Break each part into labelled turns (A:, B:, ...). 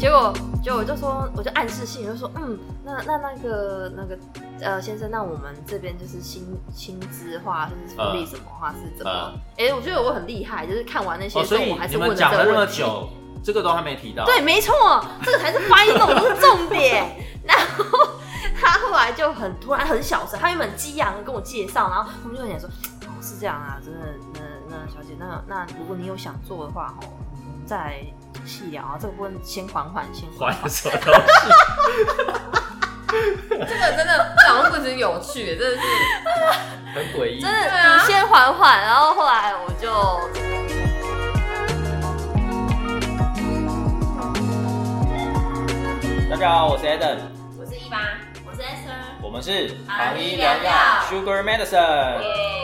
A: 就我就说，我就暗示性，我就说，嗯，那那那个那个呃先生，那我们这边就是薪薪资化，就是福利什么话是怎么？哎、我觉得我很厉害，就是看完那些
B: 哦，
A: 之
B: 啊所
A: 后，
B: 以
A: 我还
B: 你
A: 是问
B: 们
A: 这
B: 讲了
A: 个
B: 那么
A: 问题。
B: 久，这个都还没提到。
A: 对，没错，这个才是发音这种都是重点。然后他后来就很突然很小声，他原本激昂地跟我介绍，然后我们就很想说，哦，是这样啊，真的，那那小姐，那那如果你有想做的话，哦，我们再来细聊啊，这个部分先缓缓，先缓
B: 还
A: 缓。
B: 有什么东西？
C: 这个真的讲的不止有趣，真的是
B: 很诡异
D: 嗯
A: 真。的，
C: 对啊
A: 你先缓缓，然后后来我就
B: 大家好，我是 Adam，
C: 我是一八，我是 Esther，
B: 我们是
C: 糖衣良药
B: Sugar Medicine。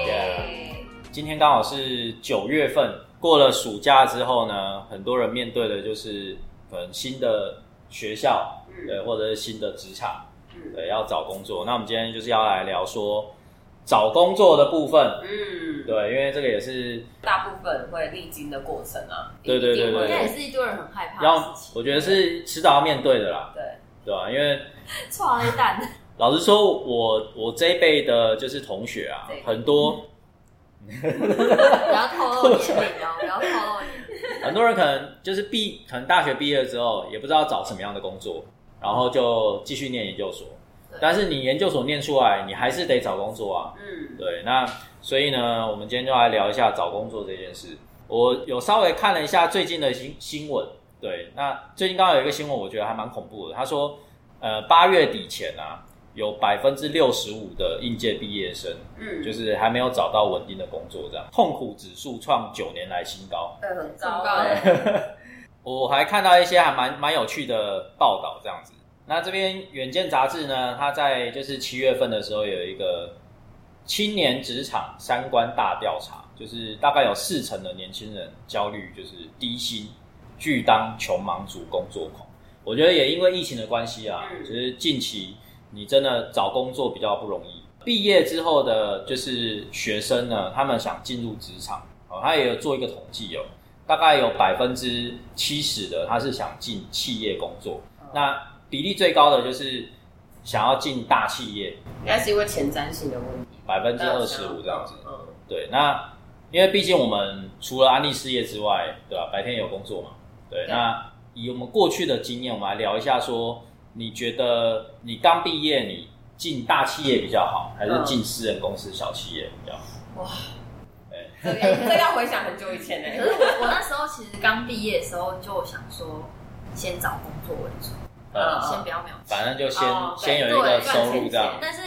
C: 耶，
B: 今天刚好是九月份，过了暑假之后呢，很多人面对的就是可能新的学校，对，或者是新的职场，
A: 嗯
B: 对，要找工作。那我们今天就是要来聊说找工作的部分，
C: 嗯，
B: 对，因为这个也是
C: 大部分会历经的过程啊，
B: 对对对
C: 一定会
B: 对对
D: 是一堆人很害怕
B: 要，我觉得是迟早要面对的啦，
C: 对，
B: 对吧、因为
D: 创了蛋，
B: 老实说，我我这一辈的就是同学啊
C: 对，
B: 很多
D: 不要透露年龄哦，不要透露年龄。
B: 很多人可能就是毕，可能大学毕业之后也不知道找什么样的工作，然后就继续念研究所
D: 对。
B: 但是你研究所念出来，你还是得找工作啊。
C: 嗯，
B: 对，那所以呢，我们今天就来聊一下找工作这件事。我有稍微看了一下最近的新新闻，对，那最近刚好有一个新闻，我觉得还蛮恐怖的。他说，呃，八月底前啊，有百分之六十五的应届毕业生，
C: 嗯，
B: 就是还没有找到稳定的工作，这样痛苦指数创九年来新高。
C: 对，很糟
D: 很糟
C: 欸，
B: 我还看到一些还蛮蛮有趣的报道，这样子。那这边《远见》杂志呢，它在就是七月份的时候有一个青年职场三观大调查，就是大概有四成的年轻人焦虑，就是低薪，拒当穷忙族工作狂。我觉得也因为疫情的关系啊，
C: 嗯
B: 就是近期你真的找工作比较不容易。毕业之后的，就是学生呢，他们想进入职场，哦，他也有做一个统计哦，大概有百分之七十的他是想进企业工作，那比例最高的就是想要进大企业，
C: 应该是因为前瞻性的问题，
B: 百分之二十五这样子。
C: 嗯，
B: 对，那因为毕竟我们除了安利事业之外，对吧、白天也有工作嘛。对，
C: 对
B: 那以我们过去的经验，我们来聊一下说你觉得你刚毕业，你进大企业比较好，还是
C: 嗯
B: 进私人公司、小企业比较好？
C: 这个这个要回想很久以前
D: 可
C: 呢，
D: 是我我那时候其实刚毕业的时候就想说，先找工作为主，
B: 嗯，
C: 嗯
D: 先不要秒
B: 反
D: 钱。
B: 正就先、
C: 哦对
B: 先有一
D: 对
B: 个收入这样。
D: 但是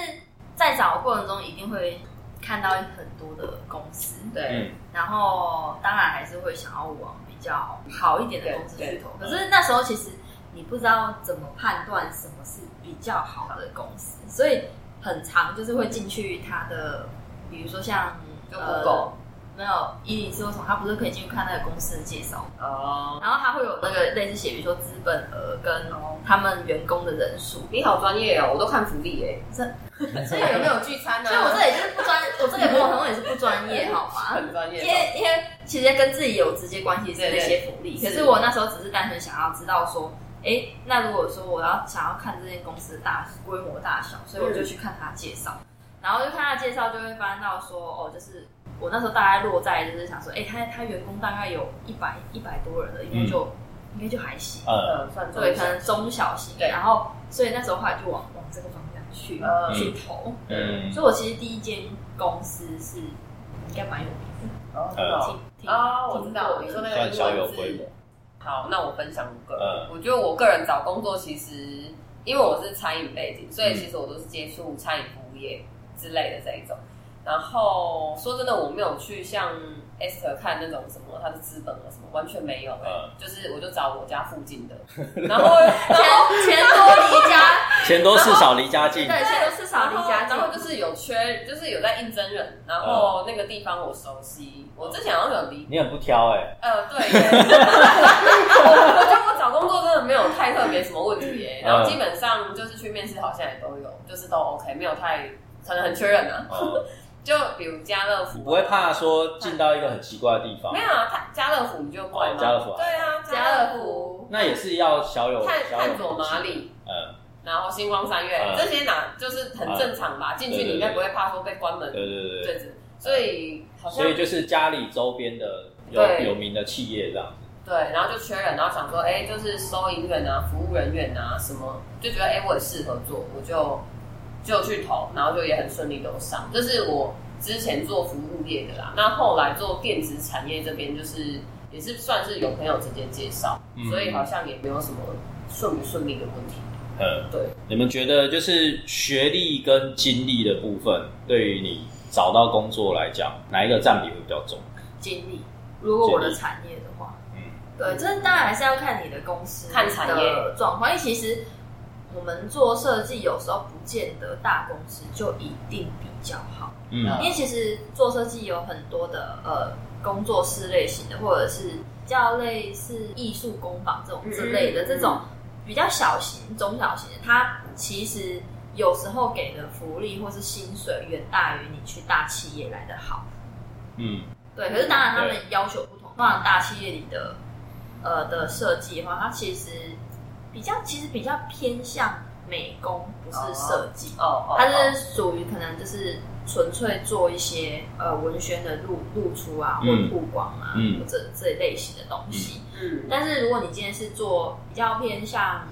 D: 在找的过程中一定会看到很多的公司，
C: 对，
B: 嗯，
D: 然后当然还是会想要往比较好一点的公司去投。
B: 对
D: 可是那时候其实你不知道怎么判断什么是比较好的公司，所以很长就是会进去它的，比如说像
C: 就
D: 呃
C: Google，
D: 没有一零四为什么，它不是可以进去看那个公司的介绍，
C: 哦，
D: 然后它会有那个类似写，比如说资本额跟他们员工的人数。
C: 你好专业哦，我都看福利 耶，
D: 所以有没有？
C: 有聚餐啊
D: 所以
B: 啊
D: 我这也是不专，我这个跟我朋友也是不专 业，好吗？
C: 很专业
D: 因为因为其实跟自己有直接关系是那些福利，
C: 对对
D: 可是我那时候只是单纯想要知道说，诶，那如果说我要想要看这间公司的大规模大小，所以我就
C: 嗯
D: 去看他介绍，然后就看他介绍就会翻到说，哦，就是我那时候大概落在就是想说，诶，他他员工大概有一百一百多人的，应该就、应该就还行，
B: 呃，
C: 嗯，算专
D: 对，
C: 业
D: 可能中小型，
C: 对
D: 然后所以那时候后来就往往这个方向去、
C: 嗯
D: 去投，
B: 嗯
D: 所以我其实第一间公司是应该蛮有名的。
C: 哦
B: 呃
C: 真的哦
D: 挺挺
C: 哦，我
D: 挺
C: 知道，
D: 多的
C: 你说那个
B: 算
C: 英
B: 小有
C: 文
B: 规
C: 字
B: 模。。
C: 好，那我分享五个。
B: 嗯
C: 我觉得我个人找工作，其实因为我是餐饮背景，
B: 嗯
C: 所以其实我都是接触餐饮服务业之类的这一种。然后说真的，我没有去像 Esther 看那种什么他的资本啊什么，完全没有、欸。
B: 嗯
C: 就是我就找我家附近 的，然后然后
D: 钱多离家，
B: 钱多事少离家近，
D: 对，钱多事少离家近
C: 然后然后就是有缺，就是有在应征人，然后
B: 嗯
C: 那个地方我熟悉，我之前好像有离
B: 你很不挑哎、
C: 呃，对耶， 我我觉得我找工作真的没有太特别什么问题耶，然
B: 嗯
C: 后基本上就是去面试好像也都有，就是都 OK，没有太可能很缺人啊。
B: 哦
C: 就比如家乐福，
B: 你不会怕说进到一个很奇怪的地方
C: 没？有啊，他家乐福你就逛
B: 哦
C: 吗？
B: 家乐福啊
C: 对啊，家
D: 家
C: 乐
D: 乐
C: 福，
D: 福，
B: 那也是要小有
C: 探
B: 小有
C: 探索马里，
B: 嗯，
C: 然后星光三月、
B: 嗯
C: 这些哪就是很正常吧？进、去你应该不会怕说被关门，
B: 对对对对，
C: 对子，所以好像
B: 所以就是家里周边的有
C: 对
B: 有名的企业这样子，
C: 对，然后就缺人，然后想说，哎、就是收银员啊、服务人员啊什么，就觉得哎、我也适合做，我就就去投，然后就也很顺利都上。这是我之前做服务业的啦，那后来做电子产业这边，就是也是算是有朋友直接介绍，
B: 嗯
C: 所以好像也没有什么顺不顺利的问题。
B: 嗯，
C: 对。
B: 你们觉得就是学历跟经历的部分，对于你找到工作来讲，哪一个占比会比较重？
D: 经理。如果我
B: 经
D: 的
B: 理
D: 产业的话，
B: 嗯
D: 对，这当然还是要看你的公司
C: 看产业
D: 的状况。因为其实我们做设计，有时候不见得大公司就一定比较好，
B: 嗯
C: 啊
D: 因为其实做设计有很多的呃工作室类型的，或者是比较类似艺术工坊这种之类的、
C: 嗯
D: 这种比较小型、中小型的，它其实有时候给的福利或是薪水远大于你去大企业来的好。
B: 嗯，
D: 对，可是当然他们要求不同，通常大企业里的呃的设计的话，它其实比较其实比较偏向美工，不是设计，
C: 哦哦，
D: 它是属于可能就是纯粹做一些呃文宣的露露出啊，或
B: 嗯
D: 曝光啊，
B: 嗯
D: 或者这一类型的东西。
C: 嗯
D: 但是如果你今天是做比较偏向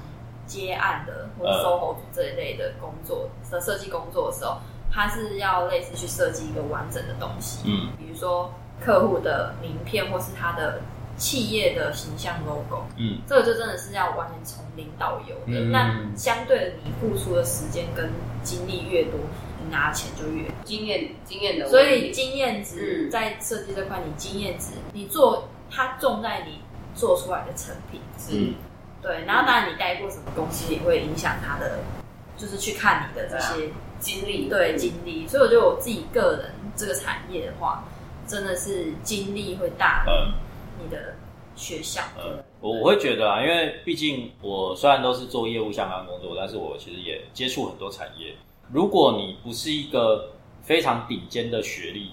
D: 接案的或者
B: 呃
D: SOHO 这一类的工作设设计工作的时候，它是要类似去设计一个完整的东西，
B: 嗯，
D: 比如说客户的名片或是他的企业的形象 logo，
B: 嗯，
D: 这个就真的是要完全从零到有的。
B: 嗯
D: 那相对的，你付出的时间跟精力越多，你拿的钱就越多。
C: 经验经验的问题，
D: 所以经验值
C: 嗯
D: 在设计这块，你经验值你做它重在你做出来的成品，
B: 嗯
C: 是
D: 对。然后当然你带过什么东西也会影响他的，就是去看你的这些
C: 经
B: 嗯
C: 历
D: 对经历，所以我觉得我自己个人这个产业的话，真的是经历会大
B: 嗯
D: 于你的学校。
B: 呃，我我会觉得啊，因为毕竟我虽然都是做业务相关工作，但是我其实也接触很多产业。如果你不是一个非常顶尖的学历，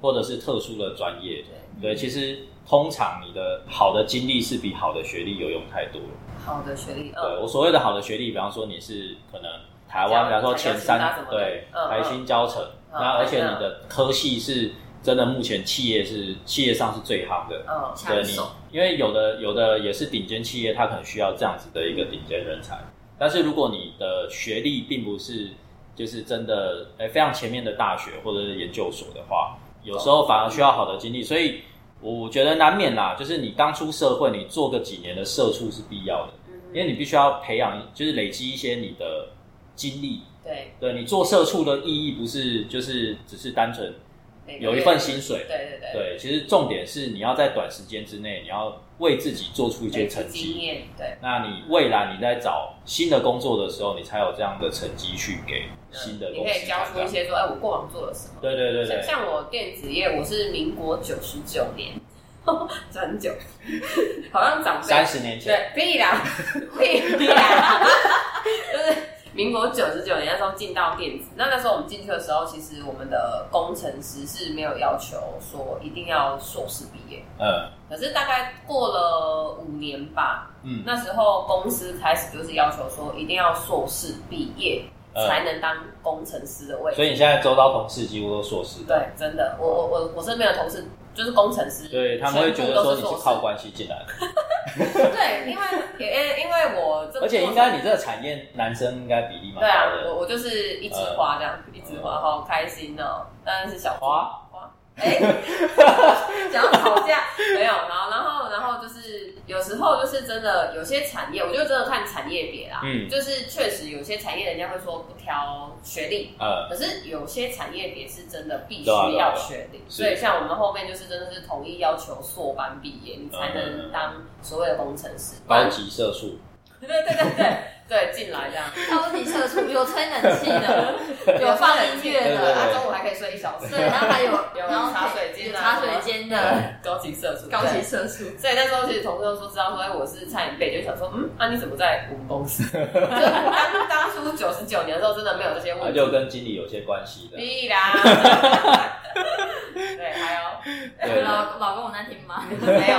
B: 或者是特殊的专业，
C: 嗯
B: 对，其实通常你的好的经历是比好的学历有用太多了。
C: 好的学历，
B: 对
C: 嗯，
B: 我所谓的好的学历，比方说你是可能台湾，比方说前
C: 台
B: 三
C: 新交什么的
B: 对
C: 嗯
B: 台新教程，
C: 嗯
B: 那而且你的科系是真的目前企业是企业上是最夯的，
C: 嗯
D: 抢
B: 对你
D: 手，，
B: 因为有的有的也是顶尖企业，它可能需要这样子的一个顶尖人才。但是如果你的学历并不是就是真的诶、非常前面的大学或者是研究所的话，有时候反而需要好的经历。所以我觉得难免啦，就是你刚出社会，你做个几年的社畜是必要的，
C: 嗯
B: 因为你必须要培养，就是累积一些你的经历。
C: 对
B: 对你做社畜的意义不是就是只是单纯
C: 每个
B: 有一
C: 月
B: 份薪水
C: 对，对对，
B: 对，其实重点是你要在短时间之内，你要为自己做出一些
C: 累积
B: 成
C: 经
B: 绩。
C: 验，对，
B: 那你未来你在找新的工作的时候，你才有这样的成绩去给新的
C: 嗯你
B: 公
C: 可以
B: 司
C: 交
B: 看
C: 出一
B: 的。
C: 些说，哎，我过往做了什么。
B: 对对对
C: 像
B: 对，
C: 像我电子业，我是民国九十九年， 这很久，好像长辈
B: 三十年前，
C: 对屁啦屁啦，就是民国九十九年那时候进到电子，那那时候我们进去的时候，其实我们的工程师是没有要求说一定要硕士毕业，
B: 嗯
C: 可是大概过了五年吧，
B: 嗯
C: 那时候公司开始就是要求说一定要硕士毕业才
B: 呃，
C: 能当工程师的位置。
B: 所以你现在周遭同事几乎都硕士，
C: 对，真的，我我我我身边的同事就是工程师，
B: 对他们会觉得说你是
C: 全部都硕士
B: 靠关系进来的，
C: 对，因为也因为我这
B: 而且应该你这个产业男生应该比例蛮
C: 对啊
B: 高，的。
C: 我我就是一枝花这样，一枝花好开心哦，当然是小
B: 呃花
C: 花。哎， 想要吵 架没有？然后，然后，然后就是有时候就是真的有些产业，我就真的看产业别啦。
B: 嗯
C: 就是确实有些产业人家会说不挑学历，
B: 呃，
C: 可是有些产业别是真的必须
B: 对啊对啊
C: 要学历，
B: 是
C: 所以像我们后面就是真的是统一要求硕班毕业，你才能当所谓的工程师。
B: 高级社畜，
C: 对对对对对，进来这样。
E: 超级社畜，有吹冷气的， 有放音乐
B: 对对
E: 的，
B: 对
C: 他啊中午还可以睡一小时，
E: 对，然后还有
C: 有
E: 然后
C: 茶水间
E: 有茶
C: 啊
E: 水间的
C: 高级社畜，
D: 高级
C: 对。
D: 社畜，
C: 所以那时候其实同啊 事都说知道说，哎，我是蔡颖贝，就想说，嗯，那、你怎么在我们公司？就当当初九十九年的时候真的没有这些
B: 啊
C: 问
B: 就
C: 题。
B: 跟经理有些关系的。
C: 屁啦！对，还有
B: 对
D: 老老公我在听吗？
C: 没有？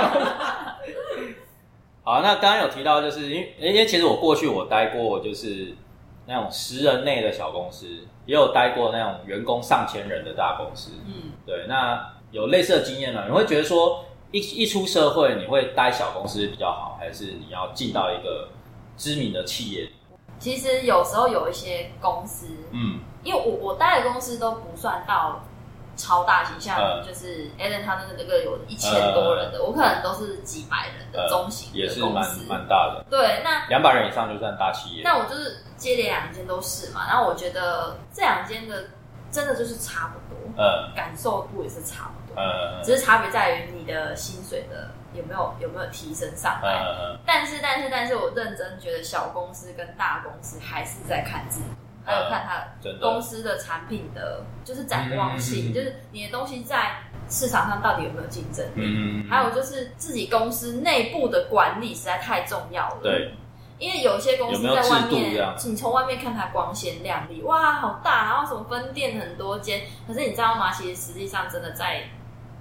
B: 好，那刚刚有提到，就是因为因为其实我过去我待过就是那种十人内的小公司，也有待过那种员工上千人的大公司。
C: 嗯，
B: 对，那有类似的经验吗？你会觉得说一一出社会，你会待小公司比较好，还是你要进到一个知名的企业？
D: 其实有时候有一些公司，
B: 嗯
D: 因为我我待的公司都不算到超大型，像
B: 嗯
D: 就是 Allen 他那个那个有一千多人的，我可能都是几百人的
B: 嗯
D: 中型
B: 也是
D: 的公
B: 蛮
D: 司。
B: 蛮大的，
D: 对，那
B: 两百人以上就算大企业。
D: 那我就是接连两间都是嘛，然后我觉得这两间的真的就是差不多，
B: 呃
D: 感受度也是差不多，
B: 呃
D: 只是差别在于你的薪水的有没有有没有提升上来。
B: 呃，
D: 但是但是但是我认真觉得小公司跟大公司还是在看制度，还
B: 嗯
D: 有看它
B: 真
D: 公
B: 的，
D: 司的产品的，就是展望性，
B: 嗯
D: 就是你的东西在市场上到底有没有竞争力。
B: 嗯，
D: 还有就是自己公司内部的管理实在太重要了。
B: 对，
D: 因为有些公司在外
B: 有没有制度这
D: 面
B: 样，
D: 你从外面看它光鲜亮丽，哇，好大，然后什么分店很多间，可是你知道吗？其实实际上真的在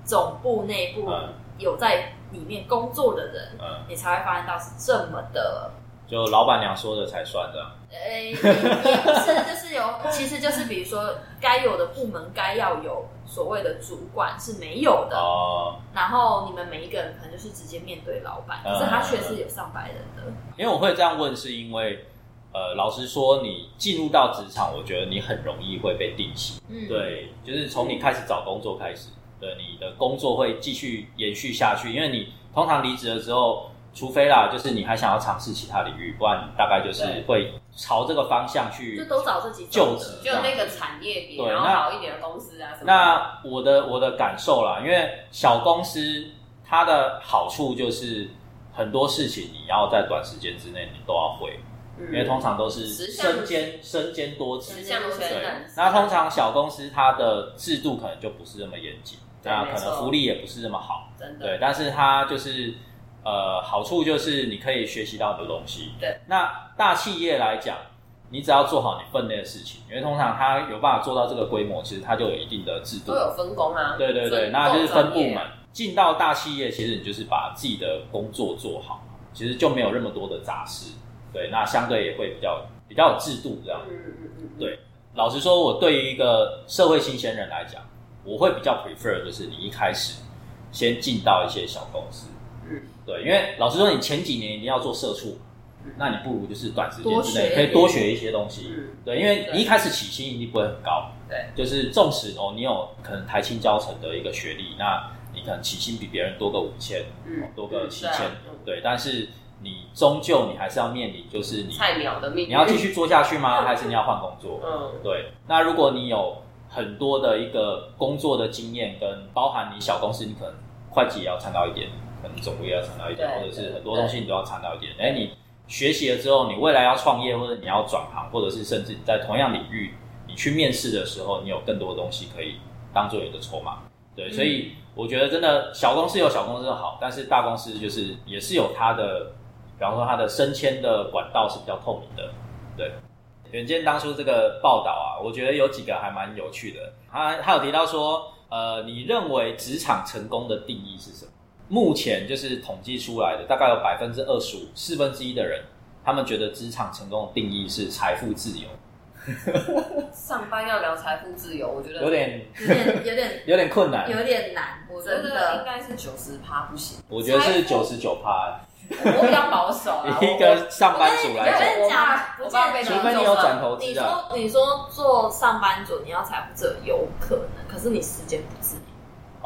D: 总部内部
B: 嗯
D: 有在里面工作的人，
B: 嗯，
D: 你才会发现到是这么的。
B: 就老板娘说的才算这样。
D: 呃，也也不是，就是有，其实就是比如说，该有的部门该要有所谓的主管是没有的，
B: 哦、
D: 然后你们每一个人可能就是直接面对老板，
B: 嗯
D: 可是他却是有上百人的，
B: 因为我会这样问，是因为，呃，老实说，你进入到职场，我觉得你很容易会被定型。
D: 嗯，，
B: 对，就是从你开始找工作开始，对，你的工作会继续延续下去，因为你通常离职了之后，除非啦，就是你还想要尝试其他领域，不然你大概就是
C: 对
B: 会朝这个方向
D: 嗯
B: 去
D: 就都找这几
B: 就
D: 种的
B: 职。
C: 就那个产业别，
B: 对
C: 然后
B: 那
C: 好一点的公司啊什么的。
B: 那我的我的感受啦，因为小公司它的好处就是很多事情你要在短时间之内你都要会，因为
C: 嗯，
B: 通常都是
C: 十项
B: 身兼身兼多职
C: 十。项全
B: 对
C: 能。，
B: 那通常小公司它的制度可能就不是那么严谨，
C: 对
B: 那
C: 没
B: 可能
C: 错
B: 福利也不是那么好，
C: 真的
B: 对。但是它就是呃，好处就是你可以学习到很多东西。
C: 对。
B: 那大企业来讲，你只要做好你分内的事情，因为通常它有办法做到这个规模，其实它就有一定的制度
C: 都。有分工啊。
B: 对对对，
C: 分
B: 那就是分
C: 各
B: 部
C: 专业
B: 门。进到大企业，其实你就是把自己的工作做好，其实就没有那么多的杂事。对，那相对也会比较比较有制度这样
C: 嗯。嗯嗯嗯，
B: 对老实说，我对于一个社会新鲜人来讲，我会比较 prefer 就是你一开始先进到一些小公司。
C: 嗯，
B: 对，因为老实说，你前几年一定要做社畜嘛，那你不如就是短时间之
D: 多学
B: 内
D: 一点
B: 可以多学一些东西。
C: 嗯
B: 对，因为你一开始起薪一定不会很高，
C: 对，
B: 就是纵使哦，你有可能台青教程的一个学历，那你可能起薪比别人多个五千，
C: 嗯，
B: 多个
C: 嗯
B: 七
C: 对啊
B: 千，
C: 嗯
B: 对，但是你终究你还是要面临，就是你
C: 菜鸟的命运。
B: 你要继续做下去吗？还是你要换工作？
C: 嗯
B: 对，那如果你有很多的一个工作的经验，跟包含你小公司，你可能会计也要参到一点，可能总务也要参到一点，
C: 对
B: 或者是很多东西你都要参到一点。哎，你学习了之后，你未来要创业，或者你要转行，或者是甚至你在同样领域你去面试的时候，你有更多东西可以当做你的筹码。
C: 嗯
B: 对，所以我觉得真的小公司有小公司的好，但是大公司就是也是有它的，比方说它的升迁的管道是比较透明的。对，远见当初这个报道啊，我觉得有几个还蛮有趣的。他他有提到说，呃，你认为职场成功的定义是什么？目前就是统计出来的，大概有百分之二十五，四分之一的人，他们觉得职场成功的定义是财富自由，
C: 上班要聊财富自由，我觉得
B: 有点
D: 有点有点
B: 有点困难。
D: 有点难，
C: 我觉
D: 真
C: 得应
D: 的。
C: 该是九十趴不行，
B: 我觉得是
C: 财
B: 九
C: 富
B: 十九趴，
C: 我比较保守啊。
B: 以 一
C: 我
B: 个上班族来
D: 我
B: 讲，
D: 跟你讲
C: 啊我我爸被
B: 除非你有转投
D: 你
B: 资啊，
D: 说你说做上班族你要财富自由有可能，可是你时间不自由，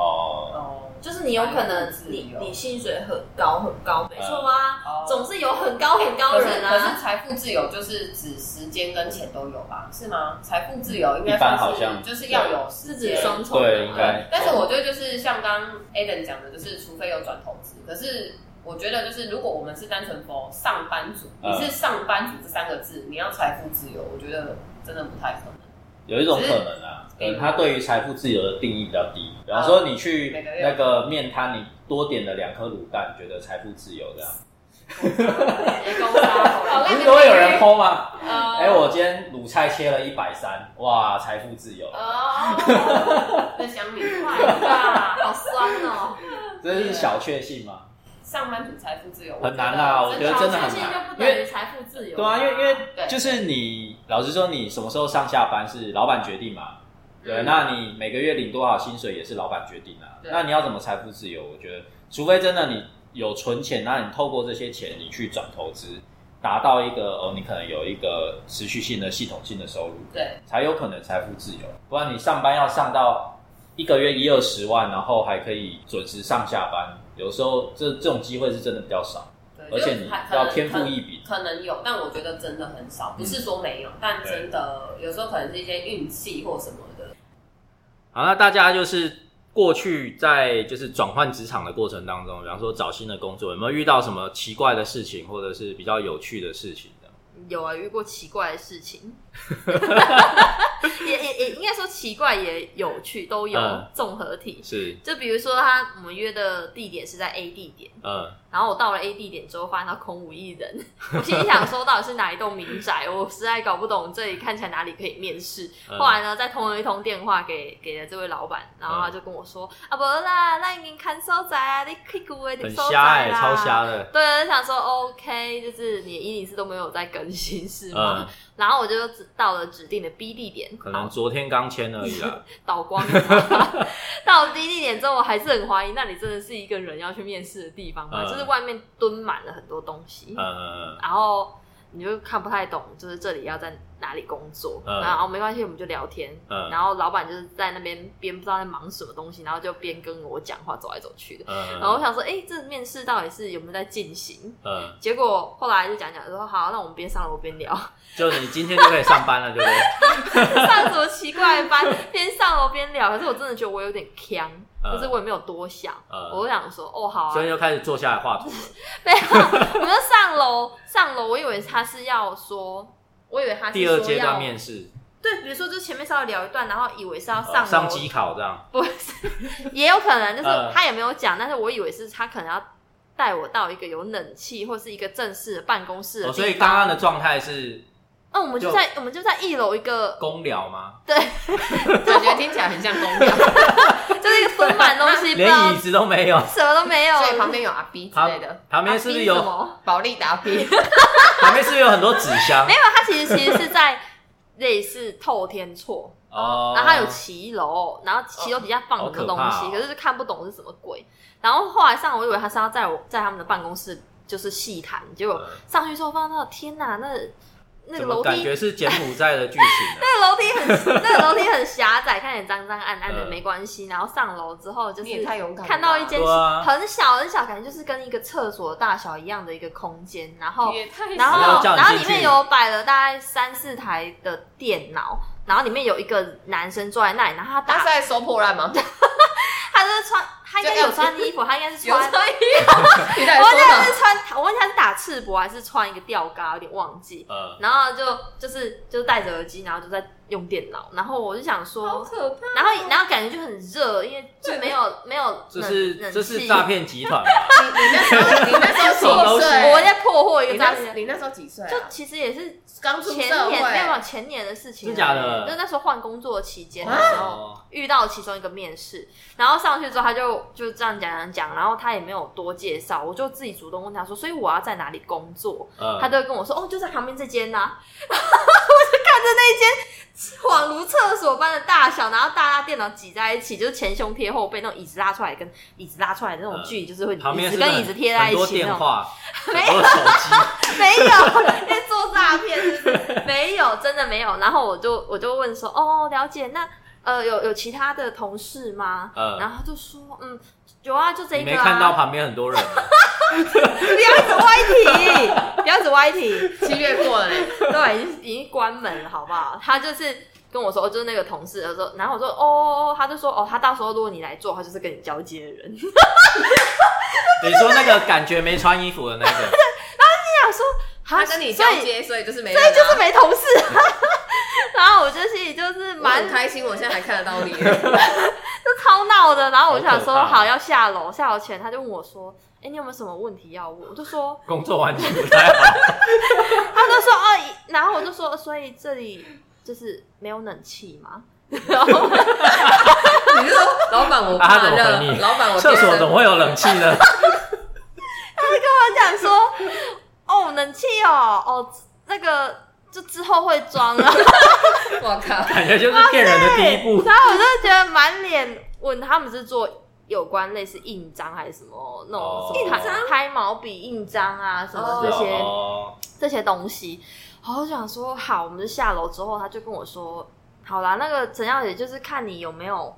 B: 哦，
C: 哦，
D: 就是你有可能
C: 财富自
D: 你
C: 由
D: 你薪水很高很高，没错
B: 嗯
D: 啊，
C: 哦
D: 总是有很高很高
C: 可
D: 的
C: 是
D: 人
C: 可是
D: 啊。
C: 财富自由就是指时间跟钱都有吧？是吗？财富自由应该
B: 一般
C: 算
B: 好像
C: 是就是要有
D: 是
C: 时
D: 指
C: 间。
D: 双重
B: 对，
D: 的
B: 应
D: 嘛，
B: 该
C: 但是我觉得就是像刚刚 Aden 讲的，就是除非有转投资，可是。我觉得就是，如果我们是单纯 for 上班族，
B: 嗯
C: 你是上班族这三个字，你要财富自由，我觉得真的不太可能。
B: 有一种可能啊，可
C: 只是
B: 能
C: 哦
B: 他对于财富自由的定义比较低。比方说，你去
C: 每个月
B: 那个面摊，你多点了两颗卤蛋，觉得财富自由这样，
C: 直接勾搭
B: 不是都会有人 PO 吗？
C: 呃，
B: 哎、我今天卤菜切了一百三，哇，财富自由，
C: 呃
F: 哦，那想你
C: 快
F: 快 乐，
C: 吧，好酸哦。
B: 这是小确幸吗？
F: 上班族财富自由
B: 很难啦我觉得真的很难
C: 小确幸就不等于财富自由。
B: 对啊，因为因为
F: 对
B: 就是你，老实说，你什么时候上下班是老板决定嘛？
F: 嗯
B: 对，
C: 嗯
B: 那你每个月领多少薪水也是老板决定啊。
F: 对
B: 那你要怎么财富自由？我觉得，除非真的你有存钱，那你透过这些钱，你去转投资，达到一个哦，你可能有一个持续性的、系统性的收入，
F: 对，
B: 才有可能财富自由。不然你上班要上到一个月一二十万，然后还可以准时上下班，有时候这这种机会是真的比较少，
F: 对
B: 而且
F: 就
B: 你
F: 是还可
B: 要
F: 能
B: 天
F: 可
B: 赋
F: 能
B: 异禀。
F: 可能有，但我觉得真的很少，不是说没有，
G: 嗯
F: 但真的有时候可能是一些运气或什么的。
B: 好，那大家就是过去在就是转换职场的过程当中，比方说找新的工作，有没有遇到什么奇怪的事情，或者是比较有趣的事情的？
D: 有啊，遇过奇怪的事 情，也也也应该说奇怪也有趣，都有
B: 嗯
D: 综合体。
B: 是，
D: 就比如说他我们约的地点是在 A 地点，
B: 嗯，
D: 然后我到了 A 地点之后，发现它空无一人。我心里想说，到底是哪一栋民宅？我实在搞不懂这里看起来哪里可以面试。
B: 嗯
D: 后来呢，再通了一通电话给给了这位老板，然后他就跟我说：“啊，不啦，那已经看收仔啊，你屁股也得
B: 很
D: 收
B: 瞎哎、
D: 仔啦。”
B: 超瞎的，
D: 对，就想说 OK，就是你一零四都没有在更新是吗？
B: 嗯，
D: 然后我就只到了指定的 B 地点，
B: 可 能昨天刚签而已啊 啦，
D: 倒光了。到了 B 地点之后，我还是很怀疑，那里真的是一个人要去面试的地方吗？
B: 嗯
D: 就是外面蹲满了很多东西，
B: 嗯，
D: 然后你就看不太懂，就是这里要在哪里工作。
B: 嗯
D: 然后没关系，我们就聊天。
B: 嗯
D: 然后老板就是在那边边不知道在忙什么东西，然后就边跟我讲话，走来走去的。
B: 嗯，
D: 然后我想说，哎、这面试到底是有没有在进行？
B: 嗯，
D: 结果后来就讲讲说，好，那我们边上楼边聊，
B: 就你今天就可以上班了，对不对？
D: 上什么奇怪的班，边上楼边聊。可是我真的觉得我有点呛，
B: 嗯
D: 可是我也没有多想，
B: 嗯
D: 我就想说，哦，好啊
B: 所以，就开始坐下来画图了，
D: 没有，我就上楼上楼，我以为他是要说，我以为他是
B: 第二
D: 说
B: 阶
D: 要
B: 段面试，
D: 对，比如说就前面稍微聊一段，然后以为是要
B: 呃
D: 上楼
B: 上机考这样，
D: 不是，也有可能就是
B: 嗯
D: 他也没有讲，但是我以为是他可能要带我到一个有冷气或是一个正式的办公室的地
B: 哦，
D: 方，
B: 所以刚刚的状态是
D: 那我们就
B: 就
D: 在我们就在一楼一 个
B: 公聊吗？
F: 感觉听起来很像公 庙，
D: 就是一个堆满东 西，不知道
B: 连椅子都没有，
D: 什么都没有。
F: 所以旁边有阿 B 之类的，
B: 旁边是不是有
D: 啊冰什么
F: 保利达 B，
B: 旁边是不是有很多纸箱？
D: 没有，它其实其实是在类似透天厝，
B: 哦，
D: 然后它有骑楼，然后骑楼底下放很多东
B: 好
D: 西，
B: 可怕哦
D: 可是就看不懂是什么鬼。然后后来上，我以为他是要在我在他们的办公室就是细谈，结果
B: 嗯
D: 上去之后发现到，天哪，那那个
B: 怎么
D: 楼
B: 感
D: 梯
B: 觉是柬埔寨的剧情呢？
D: 那个楼梯很那个楼梯很狭窄，看起来脏脏暗暗的
B: 嗯
D: 没关系。然后上楼之后就是
F: 你也太勇敢了吧
D: 看到一间
B: 对啊
D: 很小很小，感觉就是跟一个厕所大小一样的一个空间，然后
F: 也太
D: 哦然
B: 要
D: 后
B: 叫你
D: 然后
B: 进
D: 里
B: 去
D: 面有摆了大概三四台的电脑，然后里面有一个男生坐在那里，然后他
F: 他
D: 打
F: 是在收破烂吗？
D: 他就是穿他应该有穿衣服，他应该是
F: 有
D: 穿。
F: 穿衣 服，你在
D: 我忘
F: 说
D: 记他
F: 什
D: 是穿，我问他是打赤膊还是穿一个吊嘎，有点忘记。
B: 呃，
D: 然后就就是就戴着耳机，然后就在用电脑。然后我就想
F: 么？
D: 说，
F: 可怕！哦
D: 然后然后感觉就很热，因为就没有没有
B: 这
D: 冷
B: 是
D: 冷
B: 这是
D: 气
B: 诈骗集团啊吧？
F: 你你那时 候你那时
B: 什么
F: 候
B: 东
F: 几
B: 西
F: 岁？
D: 我在破获一
F: 你
D: 个诈
F: 那
D: 骗，
F: 你那时候几岁啊？
D: 就其实也是
F: 刚出
D: 前
F: 社
D: 年没有没有
F: 会，
D: 前年的事情了，
B: 真假
D: 就
B: 的
D: 是那时候换工作期间的时候。
B: 哦，
D: 遇到其中一个面试，然后上去之后他就就这样讲讲讲，然后他也没有多介绍，我就自己主动问他说，所以我要在哪里工作？
B: 呃
D: 他就会跟我说，哦，就在旁边这间呐、我就看着那一间，恍如厕所般的大小，然后大家电脑挤在一起，就是前胸贴后背那种椅子拉出来跟椅子拉出来的那种
B: 嗯
D: 距离，就是会
B: 旁
D: 椅
B: 边
D: 子
B: 是
D: 跟椅子贴在一
B: 很多
D: 起那
B: 电
D: 种。
B: 话，
D: 没
B: 很
D: 有
B: 多手 机，
D: 没有，在做诈骗是不是，没有，真的没有。然后我就我就问说，哦，了解，那呃，有有其他的同事吗？
B: 嗯
D: 然后他就说，嗯，有啊，就这
B: 你
D: 一个、啊。
B: 没看到旁边很多人 啊吗，
D: 不要一直歪 题，不要一直歪题，
F: 七月过了嘞，
D: 对，已经已经关门了，好不好？他就是。跟我说，哦就是那个同事，他说，然后我说，哦，他就说，哦，他到时候如果你来做，他就是跟你交接的人。我
B: 你说那个感觉没穿衣服的那个，
D: 想说，
F: 他
D: 他
F: 跟你
D: 所
F: 交
D: 以
F: 接，啊所以就是没
D: 所
F: 人
D: 以
F: 啊，
D: 就是没同事。 然后我就心里就是
F: 我
D: 蛮
F: 很开心，我现在还看得到你。
D: 超闹的。然后我就想说，
B: 好可怕
D: 好要下楼，下楼前他就问我说：“哎、你有没有什么问题要问？我就说，
G: 工作环境不太好，
D: 他就说哦，一然后我就说，所以这里就是没有冷气吗？然后
F: 你就说老板我
G: 啊他
F: 怕
G: 怎么
F: 热
G: 回你，
F: 老板我
G: 厕
F: 变
G: 所
F: 身
G: 怎么会有冷气 呢？
D: 他讲说，哦，冷气哦，哦，那个就之后会装啊。
F: 我靠，
G: 感觉就是骗人的第一步。
D: 然后我就觉得满脸问他们是做有关类似印章还是什么那
G: 哦
D: 种拍
F: 印章
D: 拍毛笔印章啊什么这些、
B: 哦，
D: 这些东西，然后我就想说好，我们就下楼之后，他就跟我说，好啦，那个陈小姐就是看你有没有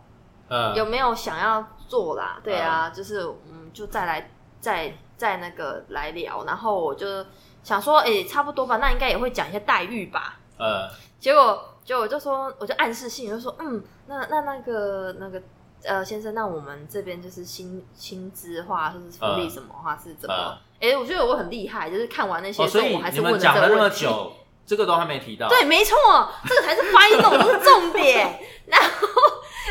B: 呃
G: 嗯，
D: 有没有想要做啦，对啊，就是嗯，就再来再再那个来聊，然后我就想说，哎、差不多吧，那应该也会讲一些待遇吧，
B: 呃
G: 嗯，
D: 结果结果我就说，我就暗示性就说，嗯，那那那个那个呃先生，那我们这边就是薪薪资化，就是福利什么话是怎么
G: 嗯？
D: 哎、我觉得我很厉害，就是看完那些
G: 哦，
D: 之
G: 所
D: 后，
G: 以
D: 我还是
G: 你
D: 问
G: 们
D: 这
G: 讲
D: 个
G: 了那么
D: 问题。
G: 久，这个都还没提到。
D: 对，，没错，这个才是 final 这是重点。 然后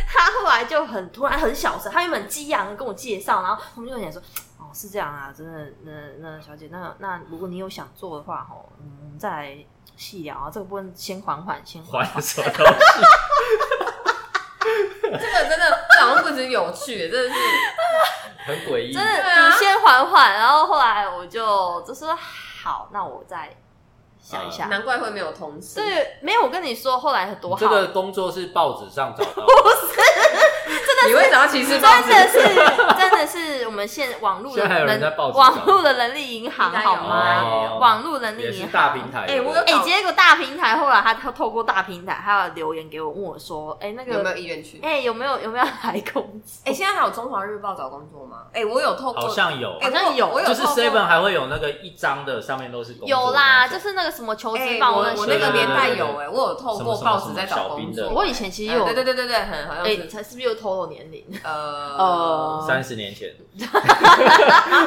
D: 他后来就很突然很小声，他原本激昂地跟我介绍，然后我们就讲说，哦，是这样啊，真的，那那小姐，那那如果你有想做的话，吼，嗯，我们再来细聊啊，这个部分先缓缓，先缓缓
G: 还。什么东 西？
F: 这个真的这好像不止有趣，真的是
B: 很诡异
D: 真。的，
F: 对啊
D: 你先缓缓，然后后来我就就说好，那我再想一下。
F: 难怪会没有同事。
D: 对，没有，我跟你说，后来多好，
G: 这个工作是报纸上找 到的，
F: 你会找歧视报
D: 真
F: 纸
D: 的是真的是我们现网络的
G: 现在还有人在报纸上
D: 网络的人力银行
F: 应该有
D: 好吗？
G: 哦
D: 网络人
G: 也
D: 力
G: 是
D: 银行。
G: 大平台。
F: 哎我有
D: 哎、结果大平台后来他他透过大平台，他有留言给我，问我说：“哎、那
F: 有没
D: 个，
F: 有意愿去？哎、哎
D: 哎、有没有有没有来工作？
F: 现在还有《中华日报》找工作吗？哎、我有透过，
G: 好像有啊
F: 哎，
D: 好像有
F: 我我有
G: 就
F: 透
G: 是
F: 过哎
G: Seven 还会有那个一张的，上面都是工作
D: 有啦，
G: 的
D: 就是那个什么求
F: 哎、
D: 职报
F: 我
D: 那
F: 我
D: 些
F: 那
G: 对
F: 个年代
G: 对对
F: 有哎、我有透
G: 什么
F: 过
G: 什么
F: 报纸在
B: 什么
F: 找
B: 小
F: 工
B: 兵的
F: 作。
D: 我以前其实
F: 哎
D: 有，
F: 对对对对对，很好像
D: 哎、
F: 是、
D: 才是不是又透露年龄？
F: 呃
D: 呃，
G: 三十年前，